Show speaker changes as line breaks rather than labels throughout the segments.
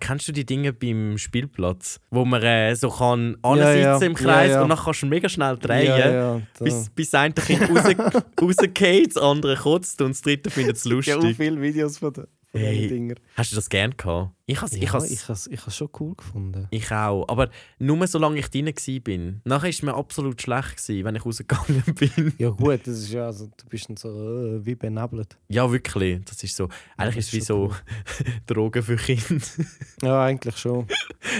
kennst du die Dinge beim Spielplatz, wo man äh, so kann
Ja,
ansitzen
ja.
im Kreis
Ja, ja.
und dann kannst du mega schnell drehen,
Ja, ja, da.
bis, bis ein Kind raus, rausgeht, das andere kotzt und das dritte findet es
Ich habe auch
lustig.
viele Videos von den von diesen
Hey.
Dinger.
Hast du das gern gehabt? Ich has, ich
Ja,
has,
ich habe es ich has schon cool gefunden.
ich auch, aber nur solange ich drin war. Nachher war es mir absolut schlecht, gewesen, wenn ich rausgegangen bin.
Ja gut, das ist ja, also, du bist dann so äh, wie benebelt.
Ja, wirklich. Das ist so. Eigentlich ist es wie so Drogen für Kinder.
Ja, eigentlich schon.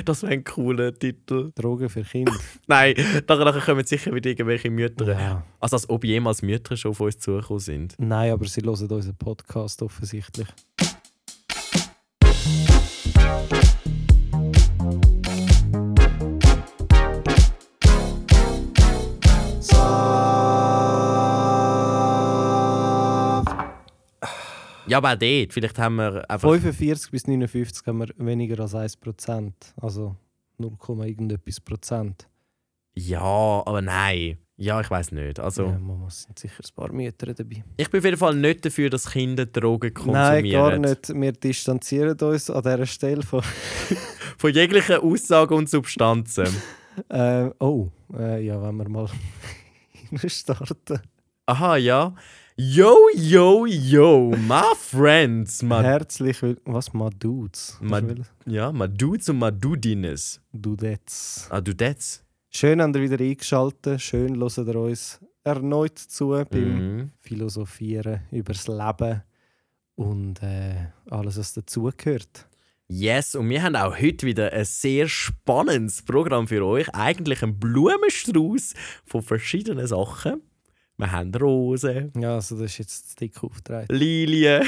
Das wäre ein cooler Titel.
Drogen für Kinder.
Nein, nachher, nachher kommen sicher wieder irgendwelche Mütter.
Ja.
Also als ob jemals Mütter schon auf uns zugekommen sind.
Nein, aber sie hören unseren Podcast offensichtlich.
Ja, aber auch dort. Vielleicht haben wir einfach...
45 bis 59 haben wir weniger als 1 Prozent. Also 0, Komma irgendetwas Prozent.
Ja, aber nein. Ja, ich weiß nicht. Also,
Ja, Mama, es sind sicher ein paar Mütter dabei.
ich bin auf jeden Fall nicht dafür, dass Kinder Drogen konsumieren.
Nein, gar nicht. Wir distanzieren uns an dieser Stelle von.
Von jeglichen Aussagen und Substanzen.
Ähm, oh, äh, ja, wenn wir mal starten.
Aha, ja. Yo, yo, yo, my friends, my,
Herzlich willkommen. Was, mal Dudes?
Ma- ja, my dudes und my dudines.
Dudettes.
Ah, dudettes.
Schön, habt ihr wieder eingeschaltet. Schön, hört ihr uns erneut zu beim
Mhm.
Philosophieren über das Leben und äh, alles, was dazugehört.
Yes, und wir haben auch heute wieder ein sehr spannendes Programm für euch. Eigentlich ein Blumenstrauß von verschiedenen Sachen. Wir haben Rosen,
Ja, also das ist jetzt zu dick aufgetragen.
Lilien.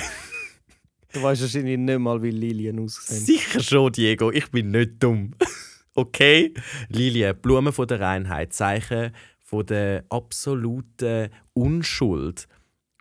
Du weißt wahrscheinlich nicht mal, wie Lilien aussehen.
Sicher schon, Diego, ich bin nicht dumm. okay? Lilien, Blumen von der Reinheit, Zeichen von der absoluten Unschuld.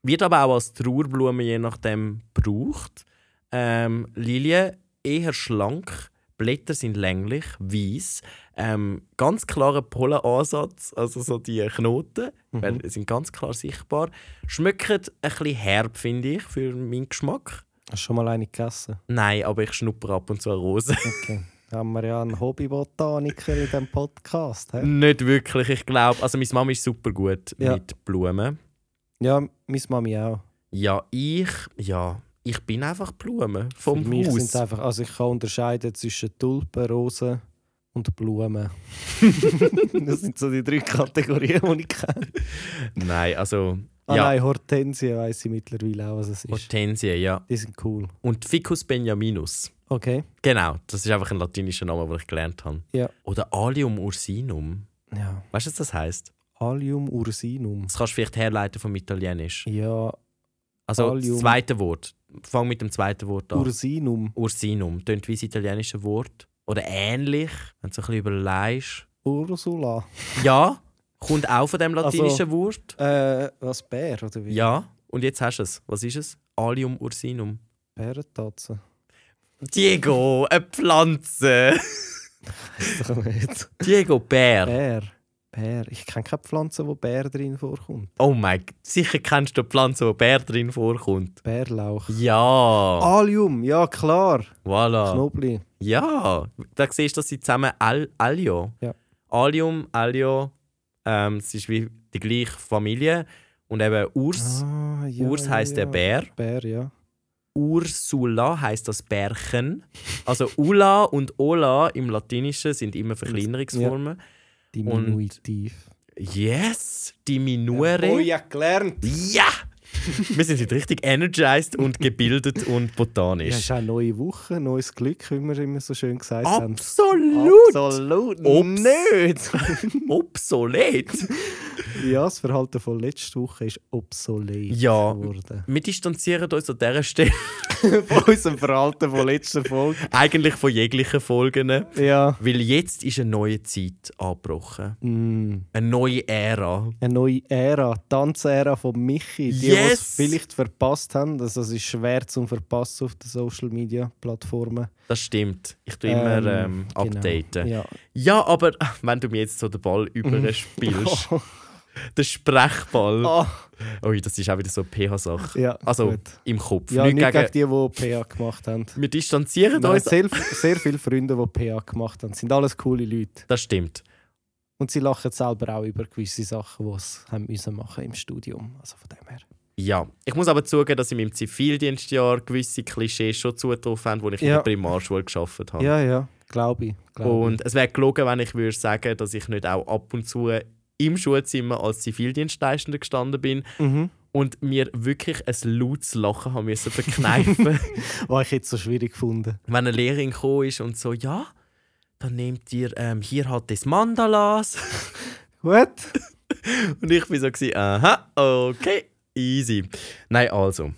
Wird aber auch als Trauerblume je nachdem gebraucht. Ähm, Lilien eher schlank, Blätter sind länglich, weiß, ähm, ganz klarer Pollenansatz, also so die Knoten, weil sind ganz klar sichtbar. Schmücken ein bisschen herb, finde ich, für meinen Geschmack.
Hast du schon mal eine gegessen?
Nein, aber ich schnupper ab und zu eine Rose.
Okay. Haben wir ja einen Hobbybotaniker in diesem Podcast. He?
Nicht wirklich, ich glaube. Also, meine Mama ist super gut
Ja.
mit Blumen.
Ja, meine Mami auch.
Ja, ich, ja, ich bin einfach Blumen vom
Für mich sind's
Haus.
einfach, also ich kann unterscheiden zwischen Tulpen, Rosen und Blumen. das sind so die drei Kategorien, die ich kenne.
Nein, also,
Ah
ja,
nein, Hortensien weiss ich mittlerweile auch, was es ist.
Hortensie, ja.
die sind cool.
Und Ficus Benjaminus.
Okay.
Genau, das ist einfach ein latinischer Name, den ich gelernt habe.
Ja.
Oder Allium ursinum.
Ja.
Weißt du, was das heißt?
Allium ursinum.
Das kannst du vielleicht herleiten vom Italienisch.
Ja,
Also,
Allium.
das zweite Wort. Fang mit dem zweiten Wort an.
Ursinum.
Ursinum. Tönt wie das italienische Wort. Oder ähnlich, wenn du so ein bisschen überlegst.
Ursula.
Ja, kommt auch von dem
Also-
latinischen Wort.
Äh, was? Bär oder wie?
Ja, und jetzt hast du es. Was ist es? Allium ursinum.
Bärentatze.
Diego, eine Pflanze.
Weiss doch nicht.
Diego Bär.
Bär. Bär. Ich kenne keine Pflanze, wo Bär drin vorkommt.
Oh mein Gott, sicher kennst du eine Pflanze, wo Bär drin vorkommt.
Bärlauch. Ah,
Ja,
Allium, ja klar.
voilà.
Knobli.
Ja, da siehst du, dass sie zusammen Al Allio.
Ja.
Allium, Allio, ähm, es ist wie die gleiche Familie. Und eben Urs.
Ah, ja,
Urs
ja,
heißt
ja.
der Bär.
Bär, ja.
Ursula heißt das Bärchen. Also Ula und Ola im Latinischen sind immer Verkleinerungsformen.
Diminutiv.
Yes! Diminuere. ja.
gelernt.
Wir sind heute richtig energized und gebildet und
Es
botanisch.
ist auch neue Woche, neues Glück, wie wir immer so schön gesagt haben.
Absolut!
Absolut
Ups.
nicht!
Obsolet!
ja, das Verhalten von letzter Woche ist obsolet
Ja.
geworden.
Wir distanzieren uns an dieser Stelle
von unserem Verhalten von letzter Folge.
eigentlich von jeglichen Folgen.
Ja.
Weil jetzt ist eine neue Zeit angebrochen.
Mm.
Eine neue Ära.
Eine neue Ära, Tanzära von Michi. Die, die
Yes!
es vielleicht verpasst haben, also es ist schwer zum Verpassen auf den Social Media Plattformen.
Das stimmt. Ich tue immer ähm,
genau.
updaten.
Ja. Mm.
Ja, aber wenn du mir jetzt so den Ball überspielst, Der Sprechball. Oh.
Ah,
das ist auch wieder so eine PH-Sache.
ja,
Also
gut.
im Kopf.
Ja,
nicht
nicht
gegen,
gegen die, die PA gemacht haben.
wir distanzieren
Nein,
uns.
sehr, sehr viele Freunde, die PA gemacht haben, sind alles coole Leute.
Das stimmt.
Und sie lachen selber auch über gewisse Sachen, die sie haben müssen machen im Studium. Also von dem her.
Ja. Ich muss aber zugeben, dass in meinem Zivildienstjahr gewisse Klischees schon zugetroffen haben, die ich in
Ja.
der Primarschule gearbeitet habe.
Ja, ja, glaube ich. Glaub
Und es wäre gelogen, wenn ich würde sagen, dass ich nicht auch ab und zu im Schulzimmer als Zivildienstleistender gestanden bin
ich. Mhm.
und mir wirklich ein lautes Lachen haben müssen verkneifen,
Was Oh, ich jetzt so schwierig gefunden.
wenn eine Lehrerin gekommen ist und so, ja, dann nehmt ihr ähm, hier halt das Mandalas.
Gut.
Und ich bin so, gewesen, aha, okay, easy. Nein, also,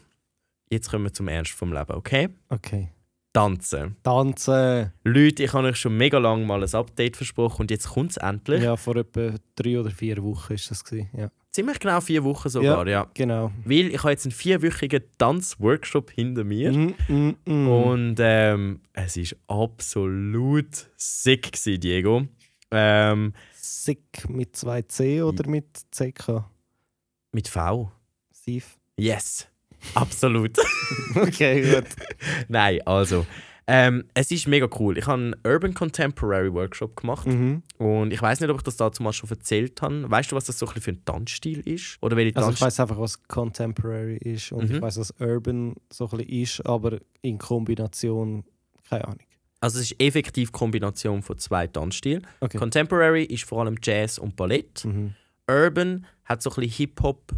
jetzt kommen wir zum Ernst vom Leben, okay?
Okay.
Tanzen.
Tanzen.
Leute, ich habe euch schon mega lange mal ein Update versprochen und jetzt kommt es endlich.
Ja, vor etwa drei oder vier Wochen ist das gewesen. Ja.
Ziemlich genau vier Wochen sogar, ja.
Genau.
Weil ich habe jetzt einen vierwöchigen Tanzworkshop hinter mir.
Mm, mm, mm.
Und ähm, es ist absolut sick, gewesen, Diego. Ähm,
Sick mit 2C oder mit CK?
mit V.
Sief.
Yes. Absolut.
Okay, gut.
Nein, also. Ähm, es ist mega cool. Ich habe einen Urban Contemporary Workshop gemacht.
mhm.
Und ich weiß nicht, ob ich das dazu mal schon erzählt habe. Weißt du, was das so ein bisschen für ein Tanzstil ist? Oder welche
Also
Tanz
ich weiß einfach, was Contemporary ist und
Mhm.
ich weiß, was Urban so ein bisschen ist, aber in Kombination, keine Ahnung.
Also es ist effektiv Kombination von zwei Tanzstilen.
Okay.
Contemporary ist vor allem Jazz und Ballett.
Mhm.
Urban hat so ein bisschen Hip-Hop,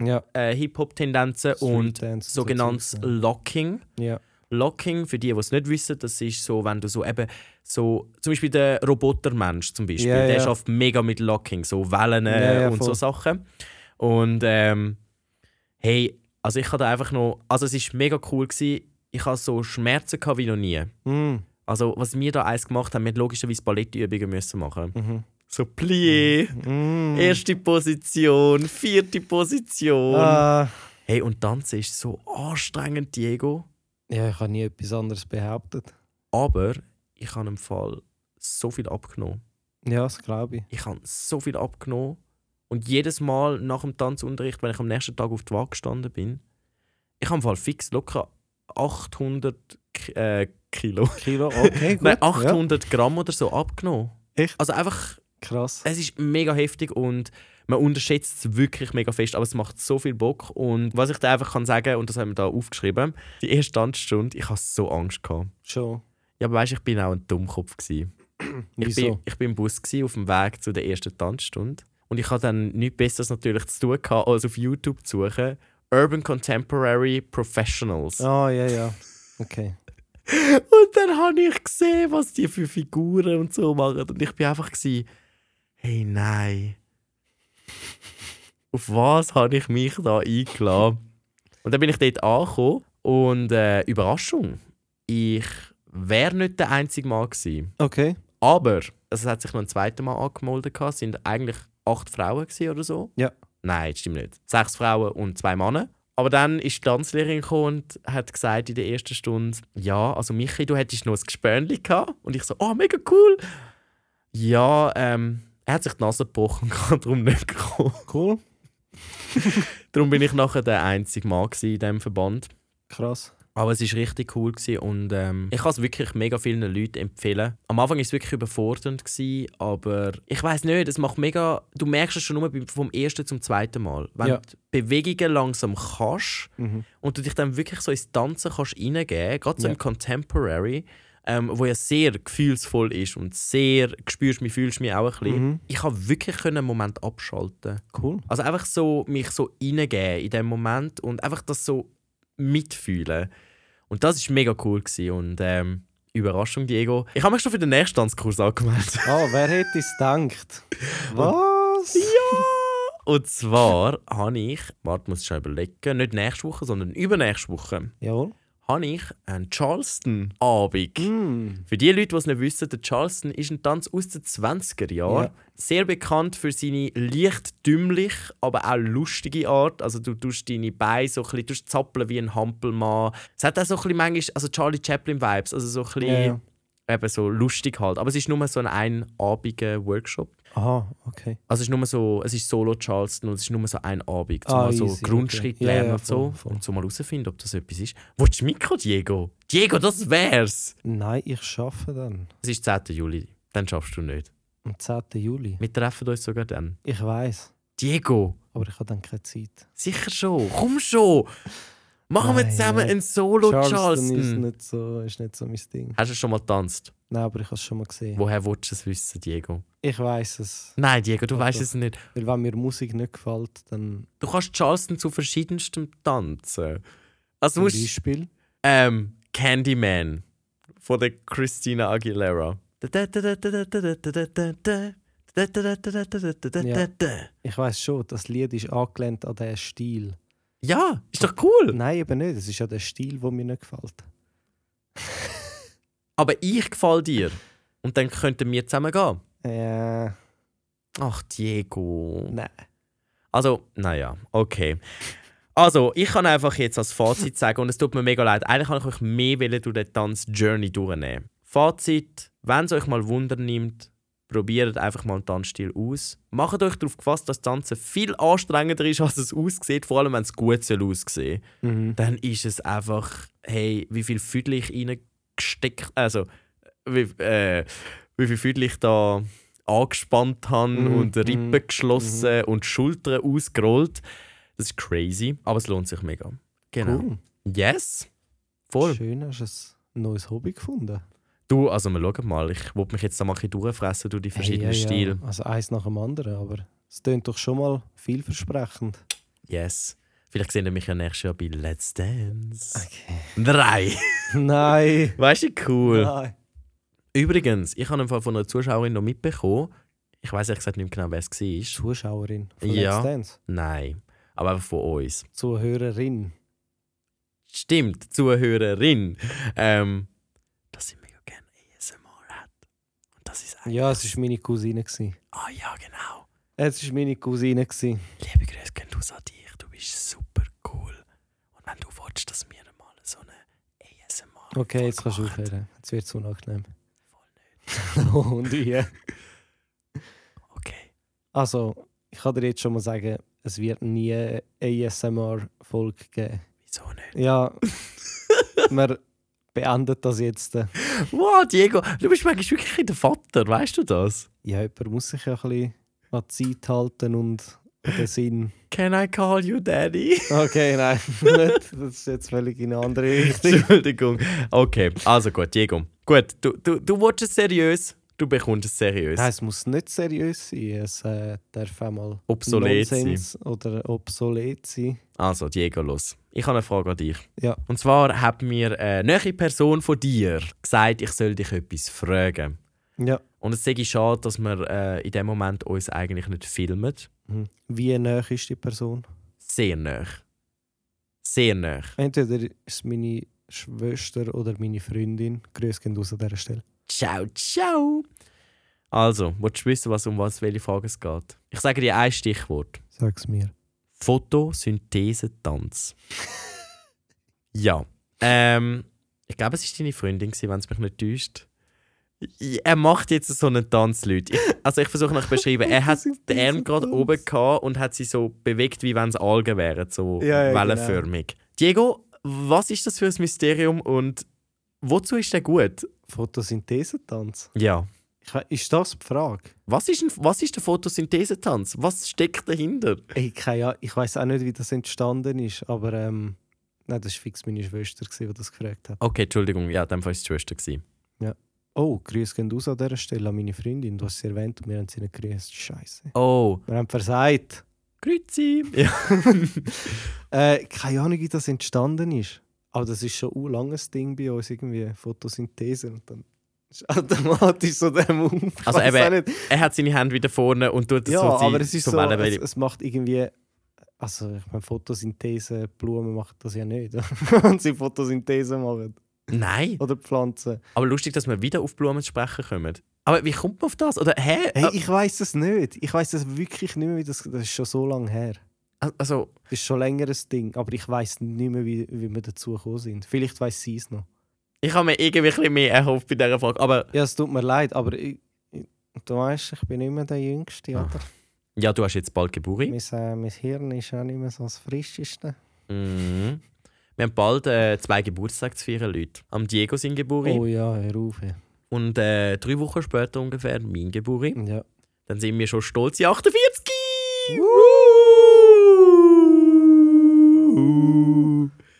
Ja.
äh, Hip-Hop-Tendenzen und
Dance so
sogenanntes
Zeugs,
Locking.
Ja.
Locking, für die, die es nicht wissen, das ist so, wenn du so eben so, zum Beispiel der Robotermensch zum Beispiel,
Ja,
der
ja.
schafft mega mit Locking, so Wellen äh,
Ja, ja,
und so
voll.
Sachen. Und ähm, hey, also ich hatte einfach noch, also es ist mega cool gewesen. Ich hatte so Schmerzen gehabt wie noch nie.
Ja. Mm.
Also was wir da eins gemacht haben, wir mussten logischerweise Ballettübungen müssen machen.
Mhm.
So Plié,
Mm.
erste Position, vierte Position.
Ah.
Hey und Tanzen ist so anstrengend, Diego.
Ja, ich habe nie etwas anderes behauptet.
Aber ich habe im Fall so viel abgenommen.
Ja, das glaube ich.
Ich habe so viel abgenommen. Und jedes Mal nach dem Tanzunterricht, wenn ich am nächsten Tag auf die Waage gestanden bin, ich habe im Fall fix locker 800 K äh, Kilo.
Kilo, okay, gut.
Nein, 800 Gramm oder so abgenommen.
Echt?
Also einfach,
Ja. Krass.
es ist mega heftig und man unterschätzt es wirklich mega fest, aber es macht so viel Bock. Und was ich dir einfach kann sagen, und das haben wir da aufgeschrieben, die erste Tanzstunde, ich hatte so Angst. Gehabt.
Schon.
Ja, aber weißt du, ich bin auch ein Dummkopf. Gewesen. Ich bin,
Wieso?
ich bin im Bus gsi, auf dem Weg zu der ersten Tanzstunde. Und ich hatte dann nichts Besseres natürlich zu tun, gehabt, als auf YouTube zu suchen. Urban Contemporary Professionals.
Ah, ja, ja. Okay.
Und dann habe ich gesehen, was die für Figuren und so machen. Und ich bin einfach gsi, hey nein. Auf was habe ich mich da eingeladen? Und dann bin ich dort angekommen und äh, Überraschung, ich wäre nicht der einzige Mal gewesen.
Okay.
Aber es hat sich noch ein zweites Mal angemeldet. gehabt. Es sind eigentlich acht Frauen gewesen oder so.
Ja.
Nein, das stimmt nicht. Sechs Frauen und zwei Männer. Aber dann ist die Tanzlehrerin gekommen und hat gesagt in der ersten Stunde, ja, also Michi, du hättest noch ein Gespönli gehabt. Und ich so, oh, mega cool. Ja, ähm, er hat sich die Nase gebrochen und kann darum nicht kommen.
Cool.
darum bin ich nachher der einzige Mann gewesen in diesem Verband.
Krass.
Aber es war richtig cool gewesen und ähm, ich kann es wirklich mega vielen Leuten empfehlen. Am Anfang war es wirklich überfordernd, gewesen, aber ich weiß nicht, es macht mega. Du merkst es schon nur beim- vom ersten zum zweiten Mal. Wenn
Ja.
du die Bewegungen langsam kannst
Mhm.
und du dich dann wirklich so ins Tanzen kannst reingeben, gerade so
Ja.
im Contemporary, ähm, wo ja sehr gefühlsvoll ist und sehr spürst mich, fühlst mich auch ein bisschen.
Mhm.
Ich habe wirklich können einen Moment abschalten.
Cool.
Also einfach so mich so reingeben in dem Moment und einfach das so mitfühlen. Und das ist mega cool gewesen. und ähm, Überraschung, Diego. Ich habe mich schon für den Nächstanzkurs angemeldet.
Ah, wer hätte es gedacht? Was?
ja! Und zwar habe ich, warte, muss ich schon überlegen, nicht nächste Woche, sondern übernächste Woche,
Jawohl.
habe ich einen Charleston-Abend.
Mm.
Für die Leute, die es nicht wissen, der Charleston ist ein Tanz aus den 20er Jahren.
Ja.
Sehr bekannt für seine leicht dümmlich, aber auch lustige Art. Also du tust deine Beine so ein bisschen, tust zappeln wie ein Hampelmann. Es hat auch so ein bisschen manchmal, also Charlie Chaplin-Vibes, also so ein bisschen,
Ja, ja.
eben so lustig halt. Aber es ist nur so ein einabige Workshop.
Aha, okay.
Also es ist nur so, es ist Solo Charleston und es ist nur so ein Abend, um
Ah,
mal so
easy,
Grundschritt
okay. Ja,
lernen
ja,
und so.
voll, voll.
Und so mal herausfinden, ob das etwas ist. Willst du Mikro, Diego? Diego, das wär's!
Nein, ich schaffe dann.
Es ist 10. Juli, dann schaffst du nicht.
Am 10. Juli.
Wir treffen uns sogar dann.
Ich weiß,
Diego,
aber ich habe dann keine Zeit.
sicher schon, komm schon! Machen wir
Nein,
zusammen
nein.
ein Solo
ist
Charleston!
nicht, so, ist nicht so mein Ding.
Hast du schon mal getanzt?
Nein, aber ich habe es schon mal gesehen.
Woher willst du es wissen, Diego?
Ich weiß es.
Nein, Diego, du
Doch,
weißt
doch.
es nicht.
Weil wenn mir Musik nicht gefällt, dann
Du kannst Charleston zu verschiedenstem tanzen. Also
zum
musst
Beispiel.
Ähm, Candyman von der Christina Aguilera. Ja,
Ich weiß schon, das Lied ist angelehnt an diesen Stil.
ist doch cool.
Nein, eben nicht. Es ist ja der Stil, der mir nicht gefällt.
Aber ich gefall dir. Und dann könnten wir zusammen gehen.
Äh,
Ach, Diego.
nein.
Also, naja, okay. Also, ich kann einfach jetzt als Fazit sagen, und es tut mir mega leid, eigentlich kann ich euch mehr wollen durch den Tanz Journey durchnehmen. Fazit, wenn es euch mal Wunder nimmt, probiert einfach mal einen Tanzstil aus. Macht euch darauf gefasst, dass Tanzen viel anstrengender ist, als es aussieht, vor allem wenn es gut soll aussehen.
Mhm.
Dann ist es einfach, hey, wie viel Füdel ich reingesteckt, also, wie, äh, wie viel Füdel ich da angespannt habe
Mhm,
und Rippen
mhm.
geschlossen und Schultern ausgerollt. Das ist crazy, aber es lohnt sich mega. Genau.
Cool.
Yes! Voll.
Schön, hast du ein neues Hobby gefunden.
Du, also wir schauen mal. Ich wollte mich jetzt da mal ein bisschen durchfressen durch die verschiedenen
Hey, ja, ja.
Stile.
Also eins nach dem anderen, aber es tönt doch schon mal vielversprechend.
Yes. Vielleicht sehen wir mich ja nächstes Jahr bei Let's Dance.
Okay.
Drei!
Nein.
Weißt du, cool.
Nein.
Übrigens, ich habe im Fall von einer Zuschauerin noch mitbekommen, ich weiß ehrlich gesagt nicht mehr genau, wer es war.
Zuschauerin von
Ja.
Let's Dance.
Nein, aber einfach von uns.
Zuhörerin.
Stimmt, Zuhörerin. Ähm, dass sie mega gerne ASMR hat. Und das ist eigentlich.
Ja, es war meine Cousine. gewesen.
Ah ja, genau.
Es war meine Cousine. gewesen.
Liebe Grüße gehen raus an dich. Du bist super cool. Und wenn du willst, dass wir mal so eine ASMR.
Okay, jetzt kannst du
machen.
aufhören. Jetzt wird es unangenehm.
Voll nicht.
Und wie?
Okay.
Also, ich kann dir jetzt schon mal sagen, es wird nie eine ASMR-Folge geben.
Wieso nicht?
Ja, wir beendet das jetzt.
Wow, Diego, du bist manchmal wirklich der Vater, weißt du das?
Ja, jemand muss sich ja ein bisschen an die Zeit halten und an den Sinn.
Can I call you daddy?
Okay, nein, nicht. das ist jetzt völlig in eine andere Richtung.
Entschuldigung. Okay, also gut, Diego. Gut, du, du, du willst es seriös, du bekommst es seriös.
Nein, es muss nicht seriös sein. Es äh, darf auch mal
Obsolet sein.
Nonsens oder obsolet sein.
Also, Diego, los. Ich habe eine Frage an dich.
Ja.
Und zwar hat mir eine nähere Person von dir gesagt, ich soll dich etwas fragen.
Ja.
Und es sage ich schade, dass wir äh, in dem Moment uns eigentlich nicht filmen.
Mhm. Wie nah ist die Person?
Sehr nah. Sehr nah.
Entweder ist es meine Schwester oder meine Freundin. Grüß gehen raus an dieser Stelle.
Ciao, ciao. Also, willst du wissen, was, um was welche Frage es geht? Ich sage dir ein Stichwort.
Sag's mir.
Photosynthesetanz. ja. Ähm, ich glaube, es war deine Freundin, gewesen, wenn es mich nicht täuscht. I- Er macht jetzt so einen Tanz, Leute. Ich, also ich versuche noch zu beschreiben. Er hat den Arm gerade
Photosynthesetanz.
oben gehabt und hat sie so bewegt, wie wenn es Algen wären, so
Ja, genau. ja,
wellenförmig. Diego, was ist das für ein Mysterium und wozu ist der gut?
Photosynthesetanz?
Ja.
Ich, we- ist das die Frage?
Was ist, ein, was ist der Photosynthesetanz? Was steckt dahinter?
Ey, keine Ahnung. ich weiß auch nicht, wie das entstanden ist, aber ähm, nein, das war fix meine Schwester, gewesen, die das gefragt hat.
Okay, Entschuldigung, ja, in dem Fall war es die Schwester. gewesen.
Oh, Grüße gehen raus an dieser Stelle an meine Freundin. Du hast sie erwähnt und wir haben sie nicht grüßt. Scheiße.
Oh,
Wir haben versagt.
Grüezi! Ja.
Äh, keine Ahnung, wie das entstanden ist. Aber das ist schon ein langes Ding bei uns, irgendwie Photosynthese. Und dann ist automatisch so der Move. Ich
Also
weiss
eben,
auch nicht.
Er hat seine Hände wieder vorne und tut das
Ja,
so
aber es ist so, es,
Wellenwelle-
es macht irgendwie. Also, ich meine, Photosynthese, Blumen macht das ja nicht. Wenn sie Photosynthese machen.
Nein,
Oder Pflanzen.
aber lustig, dass wir wieder auf Blumen zu sprechen kommen. Aber wie kommt man auf das? Oder hä?
Hey, ich weiß es nicht. Ich weiß es wirklich nicht mehr, wie das. Das ist schon so lange her.
Al- Also,
Das ist schon länger ein Ding, aber ich weiß nicht mehr, wie, wie wir dazu gekommen sind. Vielleicht weiß sie es noch.
ich habe mir irgendwie ein bisschen mehr erhofft bei dieser Frage. Aber
Ja, es tut mir leid, aber ich, ich, du weißt, ich bin immer der Jüngste,
Ah.
oder?
Ja, du hast jetzt bald Geburi.
Mein, äh, mein Hirn ist auch nicht mehr so das Frischeste.
Mhm. Wir haben bald äh, zwei Geburtstage zu feiern, Leute. Am Diego sein Geburi
Oh ja, hör auf. Ja.
und äh, drei Wochen später ungefähr mein Geburi.
ja.
Dann sind wir schon stolze 48!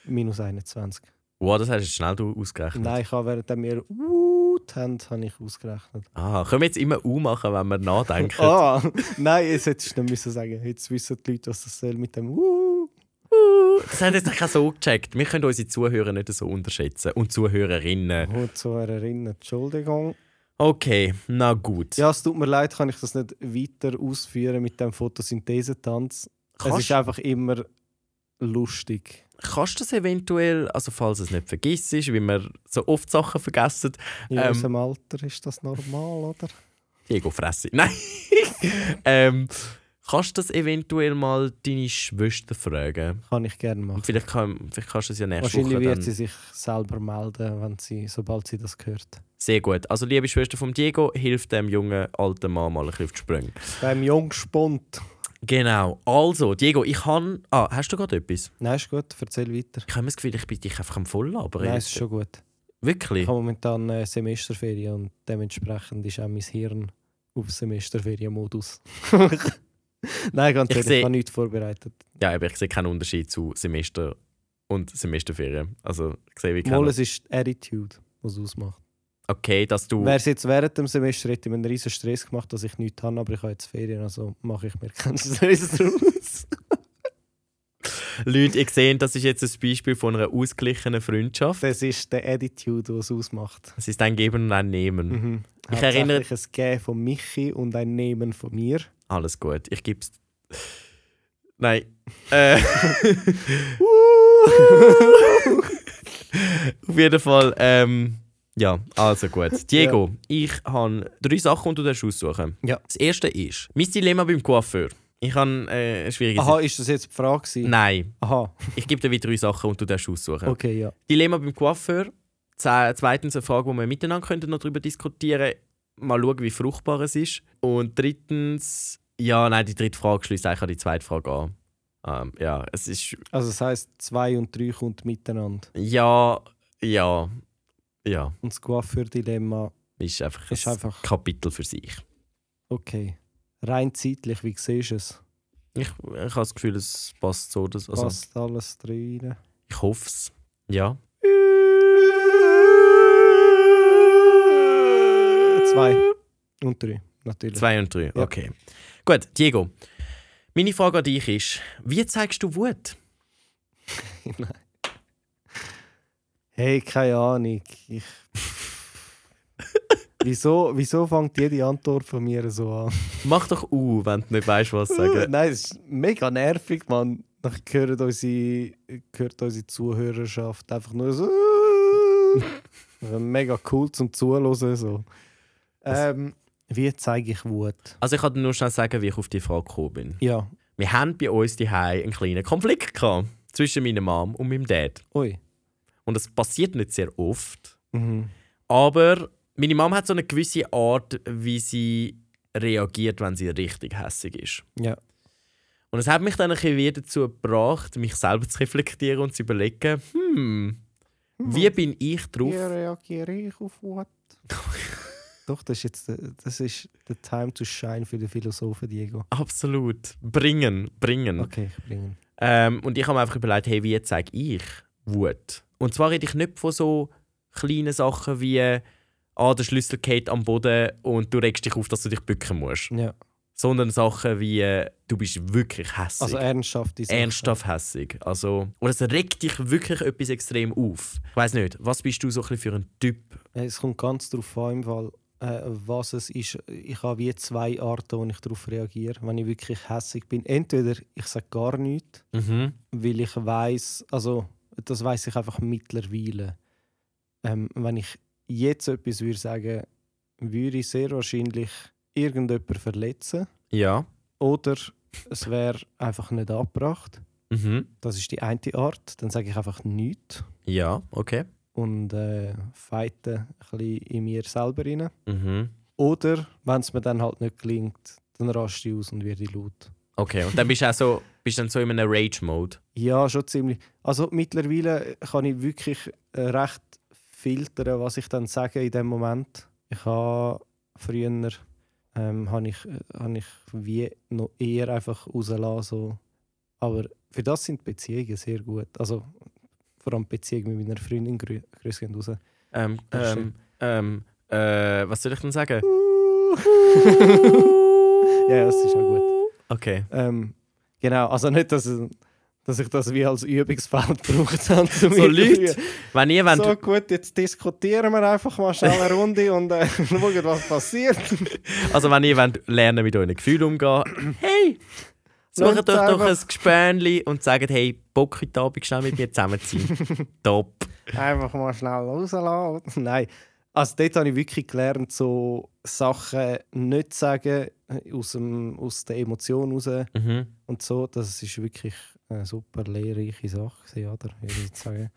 Minus 21.
Wow, das hast du jetzt schnell du ausgerechnet.
Nein, ich habe während wir «Wut» haben, habe ich ausgerechnet.
Ah, können wir jetzt immer U machen, wenn wir nachdenken?
Ah, nein, jetzt hättest du nicht müssen sagen Jetzt wissen die Leute, was das soll mit dem «Wut».
Das hat jetzt auch so gecheckt. Wir können unsere Zuhörer nicht so unterschätzen. Und Zuhörerinnen.
Und zu erinnern, Entschuldigung.
Okay, na gut.
Ja, es tut mir leid, kann ich das nicht weiter ausführen mit dem Photosynthesetanz. Es
kannst,
ist einfach immer lustig.
kannst du das eventuell, also falls es nicht vergisst ist, wie wir so oft Sachen vergessen,
In
Ähm.
unserem Alter ist das normal, oder?
Diego Fresse. Nein. ähm, kannst du das eventuell mal deine Schwester fragen?
Kann ich gerne machen.
Und vielleicht, kann, vielleicht kannst du es ja nächste
Wahrscheinlich
Woche
wird
dann.
sie sich selber melden, wenn sie, sobald sie das hört.
Sehr gut. Also liebe Schwester von Diego, hilft dem jungen alten Mann mal ein bisschen auf die Sprünge.
Beim Jungspund.
Genau. Also, Diego, ich kann... Ah, hast du gerade etwas?
Nein, ist gut, erzähl weiter.
Ich habe das Gefühl, ich bin dich einfach am Volllabern.
Nein,
jetzt.
ist schon gut. Ich
Wirklich?
habe momentan äh, Semesterferien und dementsprechend ist auch mein Hirn auf Semesterferienmodus. Nein, ganz
Ich
ehrlich, ich,
seh-
habe nichts vorbereitet.
Ja, aber ich sehe keinen Unterschied zu Semester und Semesterferien. Also, ich sehe wie
Mal,
keinen...
es ist die Attitude, was es ausmacht.
Okay, dass du...
Wäre es jetzt während dem Semester, hätte ich mir einen riesen Stress gemacht, dass ich nichts habe, aber ich habe jetzt Ferien, also mache ich mir keinen Stress draus.
Leute, ich sehe, das ist jetzt ein Beispiel von einer ausgeglichenen Freundschaft.
Das ist die Attitude, die es ausmacht.
Es ist ein Geben und ein Nehmen.
Mhm.
Ich erinnere-
Hauptsächlich ein Gehen von Michi und ein Nehmen von mir.
Alles gut, ich geb's. Nein. Äh. Auf jeden Fall, ähm, ja, also gut. Diego, ich habe drei Sachen, die du darfst aussuchen
Ja.
Das erste ist, mein Dilemma beim Coiffeur. Ich habe äh, ein schwieriges
Aha, ist das jetzt die Frage? gewesen?
Nein,
Aha,
ich gebe dir wieder drei Sachen und du darfst aussuchen.
okay, ja.
Dilemma beim Coiffeur. Ze- Zweitens eine Frage, die wir miteinander könnten noch darüber diskutieren Mal schauen, wie fruchtbar es ist. Und drittens, ja, nein, die dritte Frage schließt eigentlich an die zweite Frage an. Ähm, ja, es ist.
Also das heisst, zwei und drei kommt miteinander.
Ja, ja, ja.
Und das Coiffeur-Dilemma,
Ist einfach ein
Ist einfach-
Kapitel für sich.
okay. Rein zeitlich, wie siehst du es?
Ich, ich habe das Gefühl, es passt so. Dass, also,
Passt alles drin?
Ich hoffe es. Ja.
Zwei und drei, natürlich.
Zwei und drei, okay. Gut, Diego. Meine Frage an dich ist: Wie zeigst du Wut?
Nein. Hey, keine Ahnung. Ich... wieso, wieso fängt jede Antwort von mir so an?
Mach doch U, wenn du nicht weißt, was
Sagen.
sagen.
Nein, es ist mega nervig, Mann. Dann hören unsere, hört unsere Zuhörerschaft einfach nur so. Das ist mega cool zum Zuhören. So. Ähm, wie zeige ich Wut?
Also ich kann dir nur schnell sagen, wie ich auf die Frage gekommen bin.
Ja.
Wir haben bei uns die einen kleinen Konflikt gehabt zwischen meiner Mom und meinem Dad.
Ui.
Und das passiert nicht sehr oft.
Mhm.
Aber meine Mom hat so eine gewisse Art, wie sie reagiert, wenn sie richtig hässig ist.
Ja.
Und es hat mich dann ein bisschen wieder dazu gebracht, mich selber zu reflektieren und zu überlegen, hm, wie bin ich drauf?
reagiere ich auf Wut? Doch, das ist jetzt der- das ist the time to shine für den Philosophen Diego.
Absolut. Bringen, bringen.
Okay, ich bringe ihn.
Ähm, und ich habe mir einfach überlegt, hey, wie zeige ich Wut? Und zwar rede ich nicht von so kleinen Sachen wie, ah, der Schlüssel geht am Boden und du regst dich auf, dass du dich bücken musst.
Ja.
Sondern Sachen wie, äh, du bist wirklich hässig.
Also ernsthaft ist
Ernsthaft hässig. Also, oder es regt dich wirklich etwas extrem auf. Ich weiß nicht, was bist du so ein bisschen für ein Typ?
Es kommt ganz darauf an, im Fall, äh, was es ist. Ich habe wie zwei Arten, wo ich darauf reagiere, wenn ich wirklich hässig bin. Entweder ich sage gar nichts,
Mhm.
weil ich weiß, also das weiß ich einfach mittlerweile. Ähm, wenn ich jetzt etwas würde sagen, würde ich sehr wahrscheinlich irgendjemanden verletzen
Ja.
oder es wäre einfach nicht abgebracht.
Mhm.
Das ist die eine Art. Dann sage ich einfach nichts
Ja, okay.
und äh, fighte ein bisschen in mir selber rein.
Mhm.
Oder wenn es mir dann halt nicht gelingt, dann raste ich aus und werde laut.
Okay, und dann bist du auch so, bist dann so in einem Rage-Mode.
Ja, schon ziemlich. Also mittlerweile kann ich wirklich äh, recht filtern, was ich dann sage in dem Moment. Ich habe früher ähm, habe ich, äh, habe ich wie noch eher einfach rausgelassen. So. Aber für das sind Beziehungen sehr gut. Also vor allem Beziehungen mit meiner Freundin grü grüß gehen raus.
Ähm,
Das
ähm, ähm, äh, was soll ich denn sagen?
Ja, das ist auch gut.
Okay.
Ähm, genau, also nicht, dass, dass ich das wie als Übungsfeld gebraucht habe. um So
Leute, Wenn ihr wollt,
So gut, jetzt diskutieren wir einfach mal schnell eine Runde und äh, schauen, was passiert.
also wenn ihr wollt, lernen mit euren Gefühlen umgehen, hey, sucht euch
Lernt
doch ein
einfach.
Gespönli und sagt, hey, Bock heute Abend schnell mit mir zusammenziehen. Top.
Einfach mal schnell rauslassen. Nein. Also dort habe ich wirklich gelernt, so Sachen nicht zu sagen aus, dem, aus der Emotion raus
Mhm.
und so. Das ist wirklich eine super lehrreiche Sache, gewesen, oder? Würde ich jetzt sagen.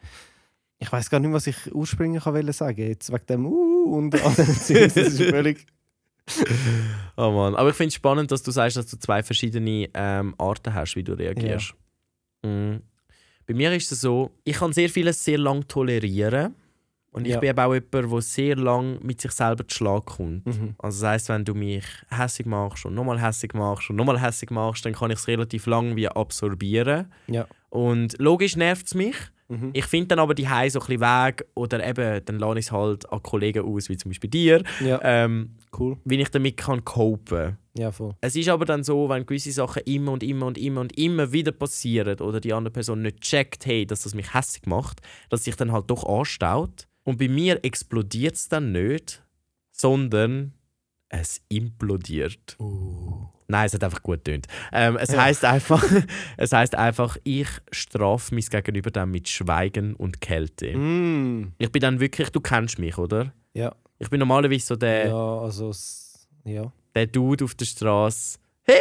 Ich weiß gar nicht, was ich ursprünglich wollte sagen. Jetzt wegen dem Uh und das ist völlig.
Oh Mann. Aber ich finde es spannend, dass du sagst, dass du zwei verschiedene ähm, Arten hast, wie du reagierst. Mhm. Bei mir ist es so, ich kann sehr vieles sehr lang tolerieren. Und ich
Ja.
bin eben auch jemand, der sehr lang mit sich selber zu Schlag kommt.
Mhm.
Also das heisst, wenn du mich hässig machst und nochmal hässig machst und nochmal hässig machst, dann kann ich es relativ lang wie absorbieren.
Ja.
Und logisch nervt es mich.
Mhm.
Ich finde dann aber die Hause so ein bisschen weg oder eben, dann lasse ich es halt an Kollegen aus, wie zum Beispiel dir,
Ja,
ähm,
Äh, cool.
wie ich damit kann copen.
Ja, voll.
Es ist aber dann so, wenn gewisse Sachen immer und immer und immer und immer wieder passieren oder die andere Person nicht checkt, hey, dass das mich hässig macht, dass sich dann halt doch anstaut. Und bei mir explodiert es dann nicht, sondern es implodiert.
Uh.
Nein, es hat einfach gut tönt. Ähm, es heißt einfach, es heißt einfach, ich strafe mein Gegenüber dann mit Schweigen und Kälte.
Mm.
Ich bin dann wirklich, du kennst mich, oder?
Ja.
Ich bin normalerweise so der,
Ja, also s- ja.
der Dude auf der Straße. Hey,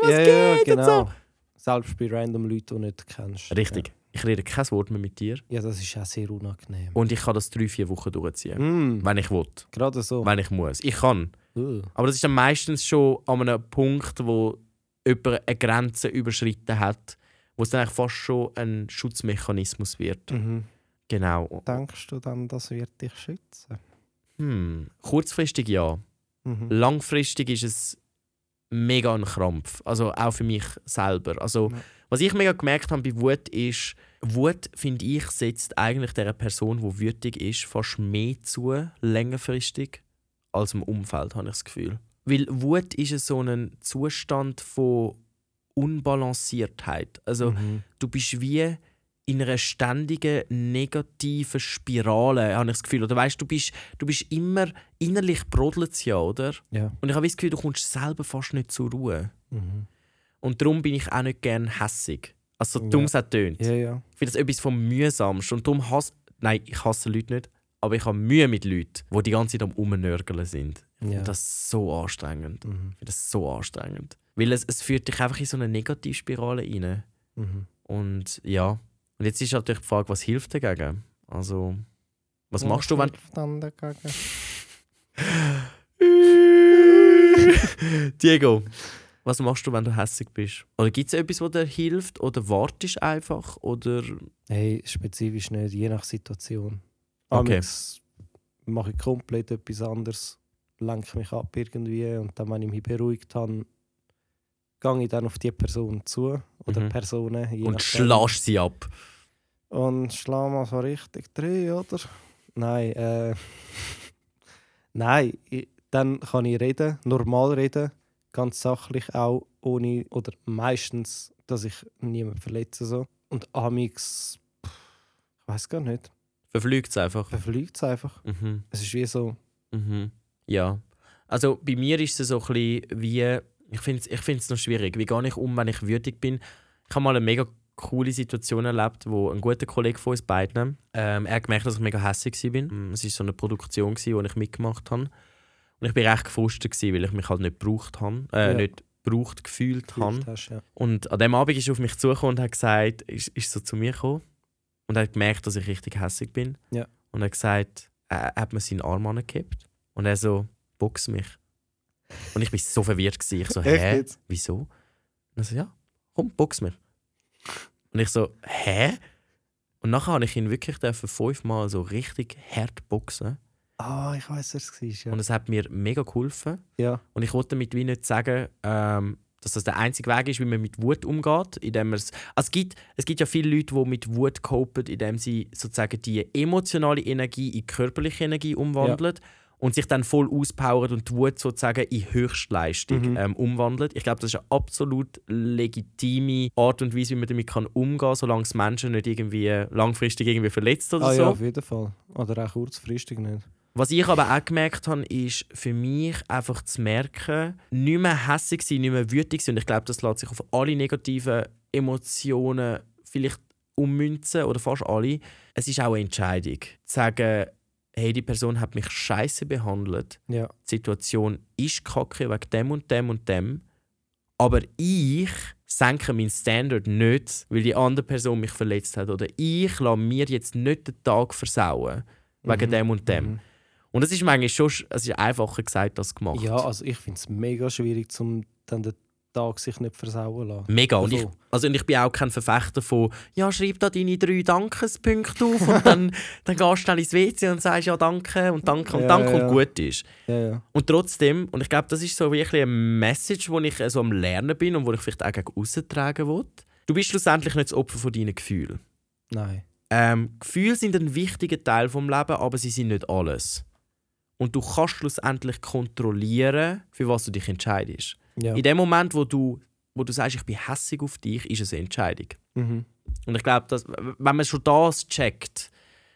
was
ja, ja, genau.
geht? Und so.
Selbst bei random Leuten, die du nicht kennst.
Richtig. Ich rede kein Wort mehr mit dir.
Ja, ja das ist auch sehr unangenehm.
Und ich kann das drei, vier Wochen durchziehen.
Mm,
Wenn ich will.
gerade so.
Wenn ich muss. Ich kann.
Uh.
Aber das ist dann meistens schon an einem Punkt, wo jemand eine Grenze überschritten hat, wo es dann eigentlich fast schon ein Schutzmechanismus wird.
Mhm.
Genau.
Denkst du dann, das wird dich schützen?
Hm. Kurzfristig ja.
Mhm.
Langfristig ist es mega ein Krampf. Also auch für mich selber. Also,
Ja.
was ich mega gemerkt habe bei Wut ist, Wut, finde ich, setzt eigentlich der Person, die wütig ist, fast mehr zu, längerfristig, als im Umfeld, habe ich das Gefühl. Weil Wut ist ja so ein Zustand von Unbalanciertheit. Also,
Mhm.
du bist wie in einer ständigen negativen Spirale, habe ich das Gefühl. Oder weißt du, bist, du bist immer innerlich brodelt ja, oder?
Ja.
Und ich habe das Gefühl, du kommst selber fast nicht zur Ruhe.
Mhm.
Und darum bin ich auch nicht gern hässig. Also so
Ja.
dumm es auch tönt.
Ja, ja.
Ich finde das etwas vom mühsamsten. Und darum hasse... Nein, ich hasse Leute nicht. Aber ich habe Mühe mit Leuten, die die ganze Zeit am Rumnörgeln sind.
ja.
Und das ist so anstrengend.
Mhm.
Ich finde das so anstrengend. Weil es, es führt dich einfach in so eine Negativspirale rein.
Mhm.
Und ja. Und jetzt ist natürlich die Frage, was hilft dagegen? Also, was
Ja,
machst du, wenn.
hilft dann dagegen?
Diego, was machst du, wenn du hässig bist? Oder gibt es etwas, was dir hilft? Oder wartest einfach? Oder.
Hey, spezifisch nicht, je nach Situation.
Okay.
Amigs mache ich komplett etwas anderes, lenke mich ab irgendwie und dann, wenn ich mich beruhigt habe, gehe ich dann auf die Person zu oder
Mhm.
Personen. je nachdem.
Und schlägst sie ab.
Und schlag mal so richtig drin, oder? Nein, äh, Nein, ich, dann kann ich reden, normal reden, ganz sachlich auch, ohne, oder meistens, dass ich niemanden verletze. So. Und Amix, ich weiß gar nicht,
Verflügt es einfach.
verfliegt es einfach.
Mhm.
Es ist wie so,
Mhm. Ja. Also bei mir ist es so ein bisschen wie. Ich finde es ich find's noch schwierig. Wie gehe ich um, wenn ich wütig bin? Ich habe mal eine mega coole Situation erlebt, wo ein guter Kollege von uns beiden ähm, er hat gemerkt, dass ich mega hässig war.
Mhm.
Mm, Es war so eine Produktion, gewesen, wo ich mitgemacht habe. Und ich war recht gefrustet, gewesen, weil ich mich halt nicht gebraucht habe. Äh,
Ja.
nicht gebraucht gefühlt habe.
gefühlt hast, ja.
Und an dem Abend ist er auf mich zugekommen und hat gesagt, ist, ist so zu mir gekommen und hat gemerkt, dass ich richtig hässig bin.
Ja.
Und er hat gesagt, er hat mir seinen Arm angekippt. Und er so, box mich. Und ich war so verwirrt. Gewesen. Ich so,
Echt
hä?
jetzt?
Wieso? Und er so, ja, komm, box mich. Und ich so, hä? Und nachher habe ich ihn wirklich dürfen fünfmal so richtig hart boxen.
Ah, ich weiß, wer es war.
Und
Ja.
es hat mir mega geholfen.
ja.
Und ich wollte damit wie nicht sagen, ähm, dass das der einzige Weg ist, wie man mit Wut umgeht, indem man's- also es gibt, es gibt ja viele Leute, die mit Wut copen, indem sie sozusagen die emotionale Energie in körperliche Energie umwandeln und sich dann voll auspowern und die Wut sozusagen in
Mhm.
Höchstleistung ähm, umwandelt. Ich glaube, das ist eine absolut legitime Art und Weise, wie man damit kann umgehen kann, solange es Menschen nicht irgendwie langfristig irgendwie verletzt oder
Ah,
so.
ja, auf jeden Fall. Oder auch kurzfristig nicht.
Was ich aber auch gemerkt habe, ist für mich einfach zu merken, nicht mehr hässig sein, nicht mehr wütig sein. Und ich glaube, das lässt sich auf alle negativen Emotionen vielleicht ummünzen oder fast alle. Es ist auch eine Entscheidung. Zu sagen, hey, die Person hat mich scheiße behandelt,
Ja.
die Situation ist kacke wegen dem und dem und dem, aber ich senke meinen Standard nicht, weil die andere Person mich verletzt hat. Oder ich lasse mir jetzt nicht den Tag versauen wegen
Mhm.
dem und dem.
Mhm.
Und es ist manchmal schon sch- es ist einfacher gesagt als gemacht.
Ja, also ich finde es mega schwierig, um dann den Tag sich nicht versauen zu lassen.
Mega. Und ich,
Voll.
also und ich bin auch kein Verfechter von, ja, schreib da deine drei Dankespunkte auf und dann, dann gehst du schnell ins WC und sagst ja danke und danke und
Ja,
danke
ja.
und gut ist.
Ja, ja.
Und trotzdem, und ich glaube, das ist so wirklich eine Message, die ich äh, so am Lernen bin und die ich vielleicht auch gegen aussen tragen will. Du bist schlussendlich nicht das Opfer von deinen Gefühlen.
Nein.
Ähm, Gefühle sind ein wichtiger Teil vom Leben, aber sie sind nicht alles. Und du kannst schlussendlich kontrollieren, für was du dich entscheidest.
Ja.
In dem Moment, wo du, wo du sagst, ich bin hässig auf dich, ist es eine Entscheidung.
Mhm.
Und ich glaube, dass, wenn man schon das checkt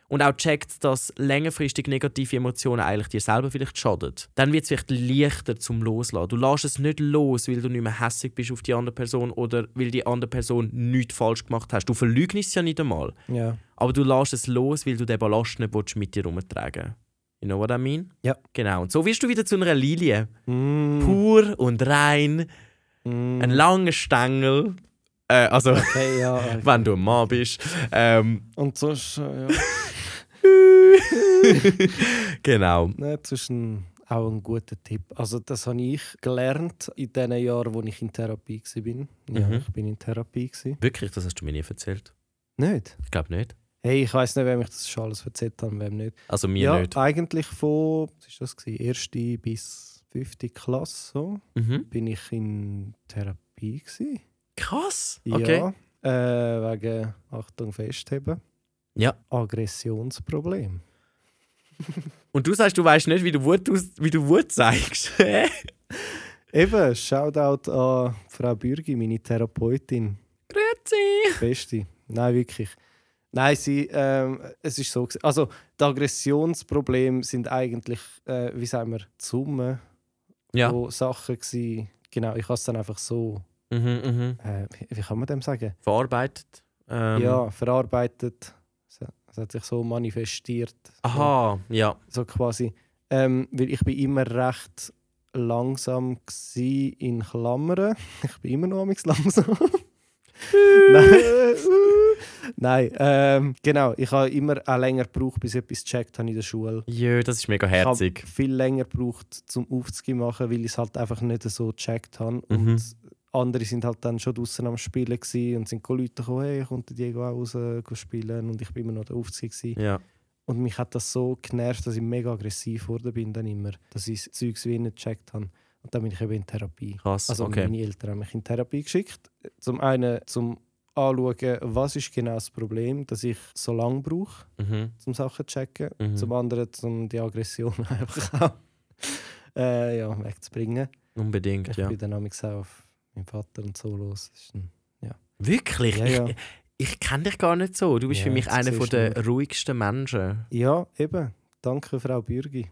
und auch checkt, dass längerfristig negative Emotionen eigentlich dir selber vielleicht schaden, dann wird es vielleicht leichter zum Loslassen. Du lässt es nicht los, weil du nicht mehr hässig bist auf die andere Person oder weil die andere Person nichts falsch gemacht hast. Du verleugnest es ja nicht einmal.
Ja.
Aber du lässt es los, weil du den Ballast nicht willst mit dir herumtragen You know what I mean?
Ja.
Genau. Und so wirst du wieder zu einer Lilie.
Mm.
Pur und rein,
Mm.
ein langer Stängel. Äh, also,
Okay, ja.
wenn du ein Mann bist. Ähm,
Und sonst, äh, ja.
genau.
Nein, ne, das ist ein, auch ein guter Tipp. Also das habe ich gelernt in den Jahren, wo ich in Therapie war. Ja,
Mhm.
ich bin in Therapie. Gewesen.
Wirklich, das hast du mir nie erzählt.
Nicht?
Ich glaube nicht.
Hey, ich weiß nicht, wem ich das schon alles erzählt habe und wem nicht.
Also mir
ja,
nicht.
eigentlich von, was ist das gewesen? Erste bis fünfte Klasse so,
Mhm.
bin ich in Therapie gewesen.
Krass. Okay.
Ja, äh, wegen, Achtung, festheben,
Ja.
Aggressionsproblem.
Und du sagst, du weißt nicht, wie du Wut, aus wie du Wut zeigst. Hä?
Eben, Shoutout an Frau Bürgi, meine Therapeutin.
Grüezi.
Beste. Nein, wirklich. Nein, sie, ähm, es ist so. gewesen. Also, die Aggressionsprobleme sind eigentlich, äh, wie sagen wir, die Summe
Ja.
von Sachen gewesen. Genau, ich habe es dann einfach so,
Mhm, mhm.
äh, wie kann man dem sagen?
Verarbeitet. Ähm,
Ja, verarbeitet. Es hat- Es hat sich so manifestiert.
Aha, ja.
So quasi. Ähm, weil ich bin immer recht langsam gsi in Klammern. Ich bin immer noch am langsam. Nein, Nein ähm, genau. Ich habe immer auch länger gebraucht, bis ich etwas gecheckt habe in der Schule.
Jö, das ist mega
Ich habe
herzig.
viel länger gebraucht, um Aufzugehen machen, weil ich es halt einfach nicht so gecheckt habe.
Mhm.
Und andere sind halt dann schon draußen am Spielen gsi und sind go Leute gekommen, hey, kommt der Diego auch raus äh, go spielen? Und ich bin immer noch der Aufzieher. gsi.
Ja.
Und mich hat das so genervt, dass ich mega aggressiv geworden bin dann immer, dass ich Zeugs wie nicht gecheckt habe. Und dann bin ich eben in Therapie.
Krass.
Also
okay.
meine Eltern haben mich in Therapie geschickt. Zum einen, zum anschauen, was ist genau das Problem, dass ich so lange brauche,
Mhm.
um Sachen zu checken.
Mhm.
Zum anderen, um die Aggression einfach auch äh, ja, wegzubringen.
Unbedingt,
Ich
ja.
bin dann manchmal auch auf meinen Vater und so los. Das ist ein-
Wirklich?
Ja, ja.
Ich, ich kenne dich gar nicht so. Du bist
Ja,
für mich
jetzt
einer
siehst
von
du
der ruhigsten Menschen.
Ja, eben. Danke, Frau Bürgi.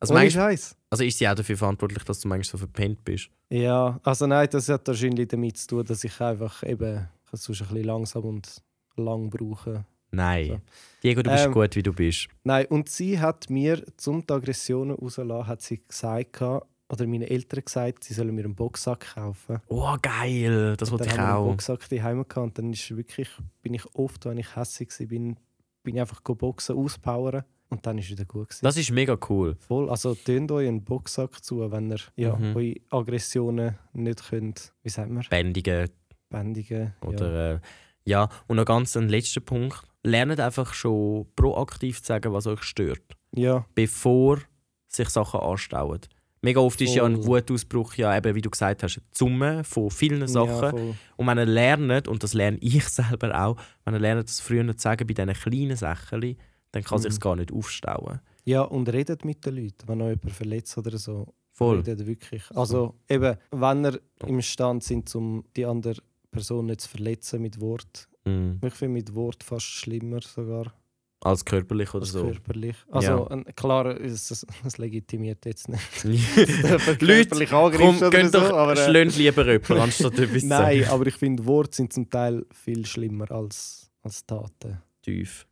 Also,
Ohne
manchmal,
Scheiß.
also ist sie auch dafür verantwortlich, dass du manchmal so verpennt bist.
Ja, also nein, das hat wahrscheinlich damit zu tun, dass ich einfach eben ich kann sonst ein bisschen langsam und lang brauche.
Nein.
So.
Diego, du bist
Ähm.
gut, wie du bist.
Nein, und sie hat mir, zum die Aggressionen rauszulassen, hat sie gesagt, gehabt, oder meine Eltern gesagt, sie sollen mir einen Boxsack kaufen.
Oh, geil. Das wollte
dann
ich
haben wir einen
auch.
Boxsack daheim gehabt und dann ist wirklich, bin ich oft, wenn ich hässig war, bin, bin ich einfach go boxen, auspowern. Und dann ist wieder gut gewesen.
Das ist mega cool.
Voll, also tönt euch einen Boxsack zu, wenn ihr ja,
Mhm.
eure Aggressionen nicht könnt, wie sagt man,
Bändigen
bändigen. Ja.
oder äh, ja. Und noch ganz ein letzter Punkt. Lernt einfach schon proaktiv zu sagen, was euch stört,
ja,
bevor sich Sachen anstauen. Mega oft ist ja ein
Voll.
Wutausbruch ja eben, wie du gesagt hast, die Summe von vielen
Ja,
Sachen.
voll.
und wenn ihr lernt, und das lerne ich selber auch, wenn ihr lernt, das früher zu sagen bei diesen kleinen Sachen, dann kann
Mhm.
sich's sich gar nicht aufstauen.
ja, und redet mit den Leuten, wenn euch jemand verletzt oder so.
Voll.
Redet wirklich. Also eben, wenn ihr im Stand sind, um die andere Person nicht zu verletzen mit Wort.
Mhm.
Ich finde mit Wort fast schlimmer sogar
Als körperlich oder
als
so.
körperlich. Also
Ja.
ein, klar, es, es, es legitimiert jetzt nicht.
Leute,
körperlich Angriff
komm,
oder
könnt
so,
doch,
aber, äh,
schlönt lieber jemanden, anstatt etwas zu sagen.
Nein, aber ich finde, Worte sind zum Teil viel schlimmer als, als Taten.
Tief.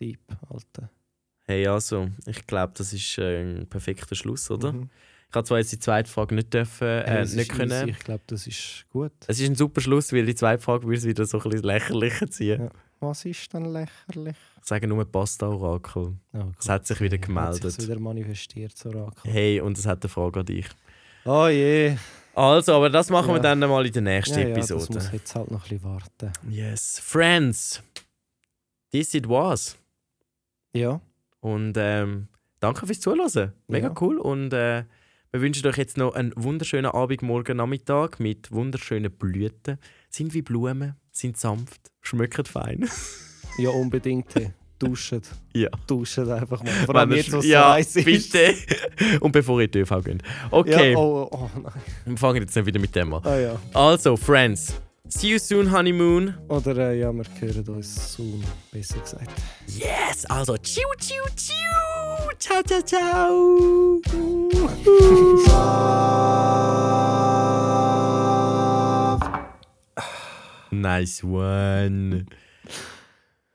Deep, Alter.
Hey, also, ich glaube, das ist äh, ein perfekter Schluss, oder?
Mhm.
Ich habe zwar jetzt die zweite Frage nicht dürfen,
Hey,
äh,
das
nicht
ist
können.
easy. Ich glaube, das ist gut.
Es ist ein super Schluss, weil die zweite Frage würde es wieder so ein bisschen lächerlicher ziehen.
Ja. Was ist denn lächerlich?
Ich sage nur Pasta-Orakel.
Oh Gott,
Es hat sich wieder
ey, hat sich's
gemeldet.
wieder manifestiert, so Rakel.
Hey, und es hat eine Frage an dich.
Oh je.
Also, aber das machen wir
Ja.
dann mal in der nächsten
Ja, ja, das
Episode.
muss jetzt halt noch ein bisschen warten.
yes. Friends, this it was.
Ja,
Und ähm, danke fürs Zuhören. Mega
Ja.
cool. Und äh, wir wünschen euch jetzt noch einen wunderschönen Abend, morgen Nachmittag mit wunderschönen Blüten. Sind wie Blumen, sind sanft, schmecken fein.
ja unbedingt. hey. Duschen.
ja.
Duschen einfach mal. Vor allem
Wenn ihr-
jetzt, wo es
ja,
so heiß ist.
bitte. Und bevor ihr in die ÖV geht. Okay,
Ja, oh, oh, oh nein.
wir fangen jetzt nicht wieder mit dem an.
Ah, ja.
Also, Friends, see you soon, Honeymoon.
Oder äh, ja, wir hören uns soon, besser gesagt.
Yes, also, tschiu, tschiu, tschiu. Ciao, ciao, ciao. nice one.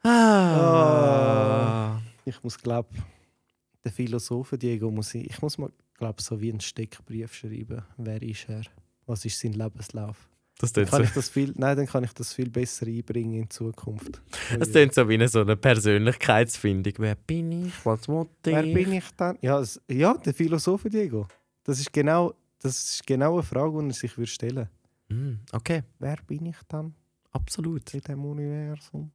Ah.
Ich muss glaube der Philosoph Diego muss ich, ich muss mal glaube so wie einen Steckbrief schreiben. Wer ist er? Was ist sein Lebenslauf?
Das
Dann
tut so
kann ich das viel, nein, dann kann ich das viel besser einbringen in Zukunft. Oh,
Das klingt so wie eine, so eine Persönlichkeitsfindung. Wer bin ich? Was wollte ich?
Wer bin ich dann? Ja, es, ja, der Philosoph Diego. Das ist genau, das ist genau eine Frage, die er sich würde stellen.
Hm, Okay,
Wer bin ich dann
absolut.
in dem Universum?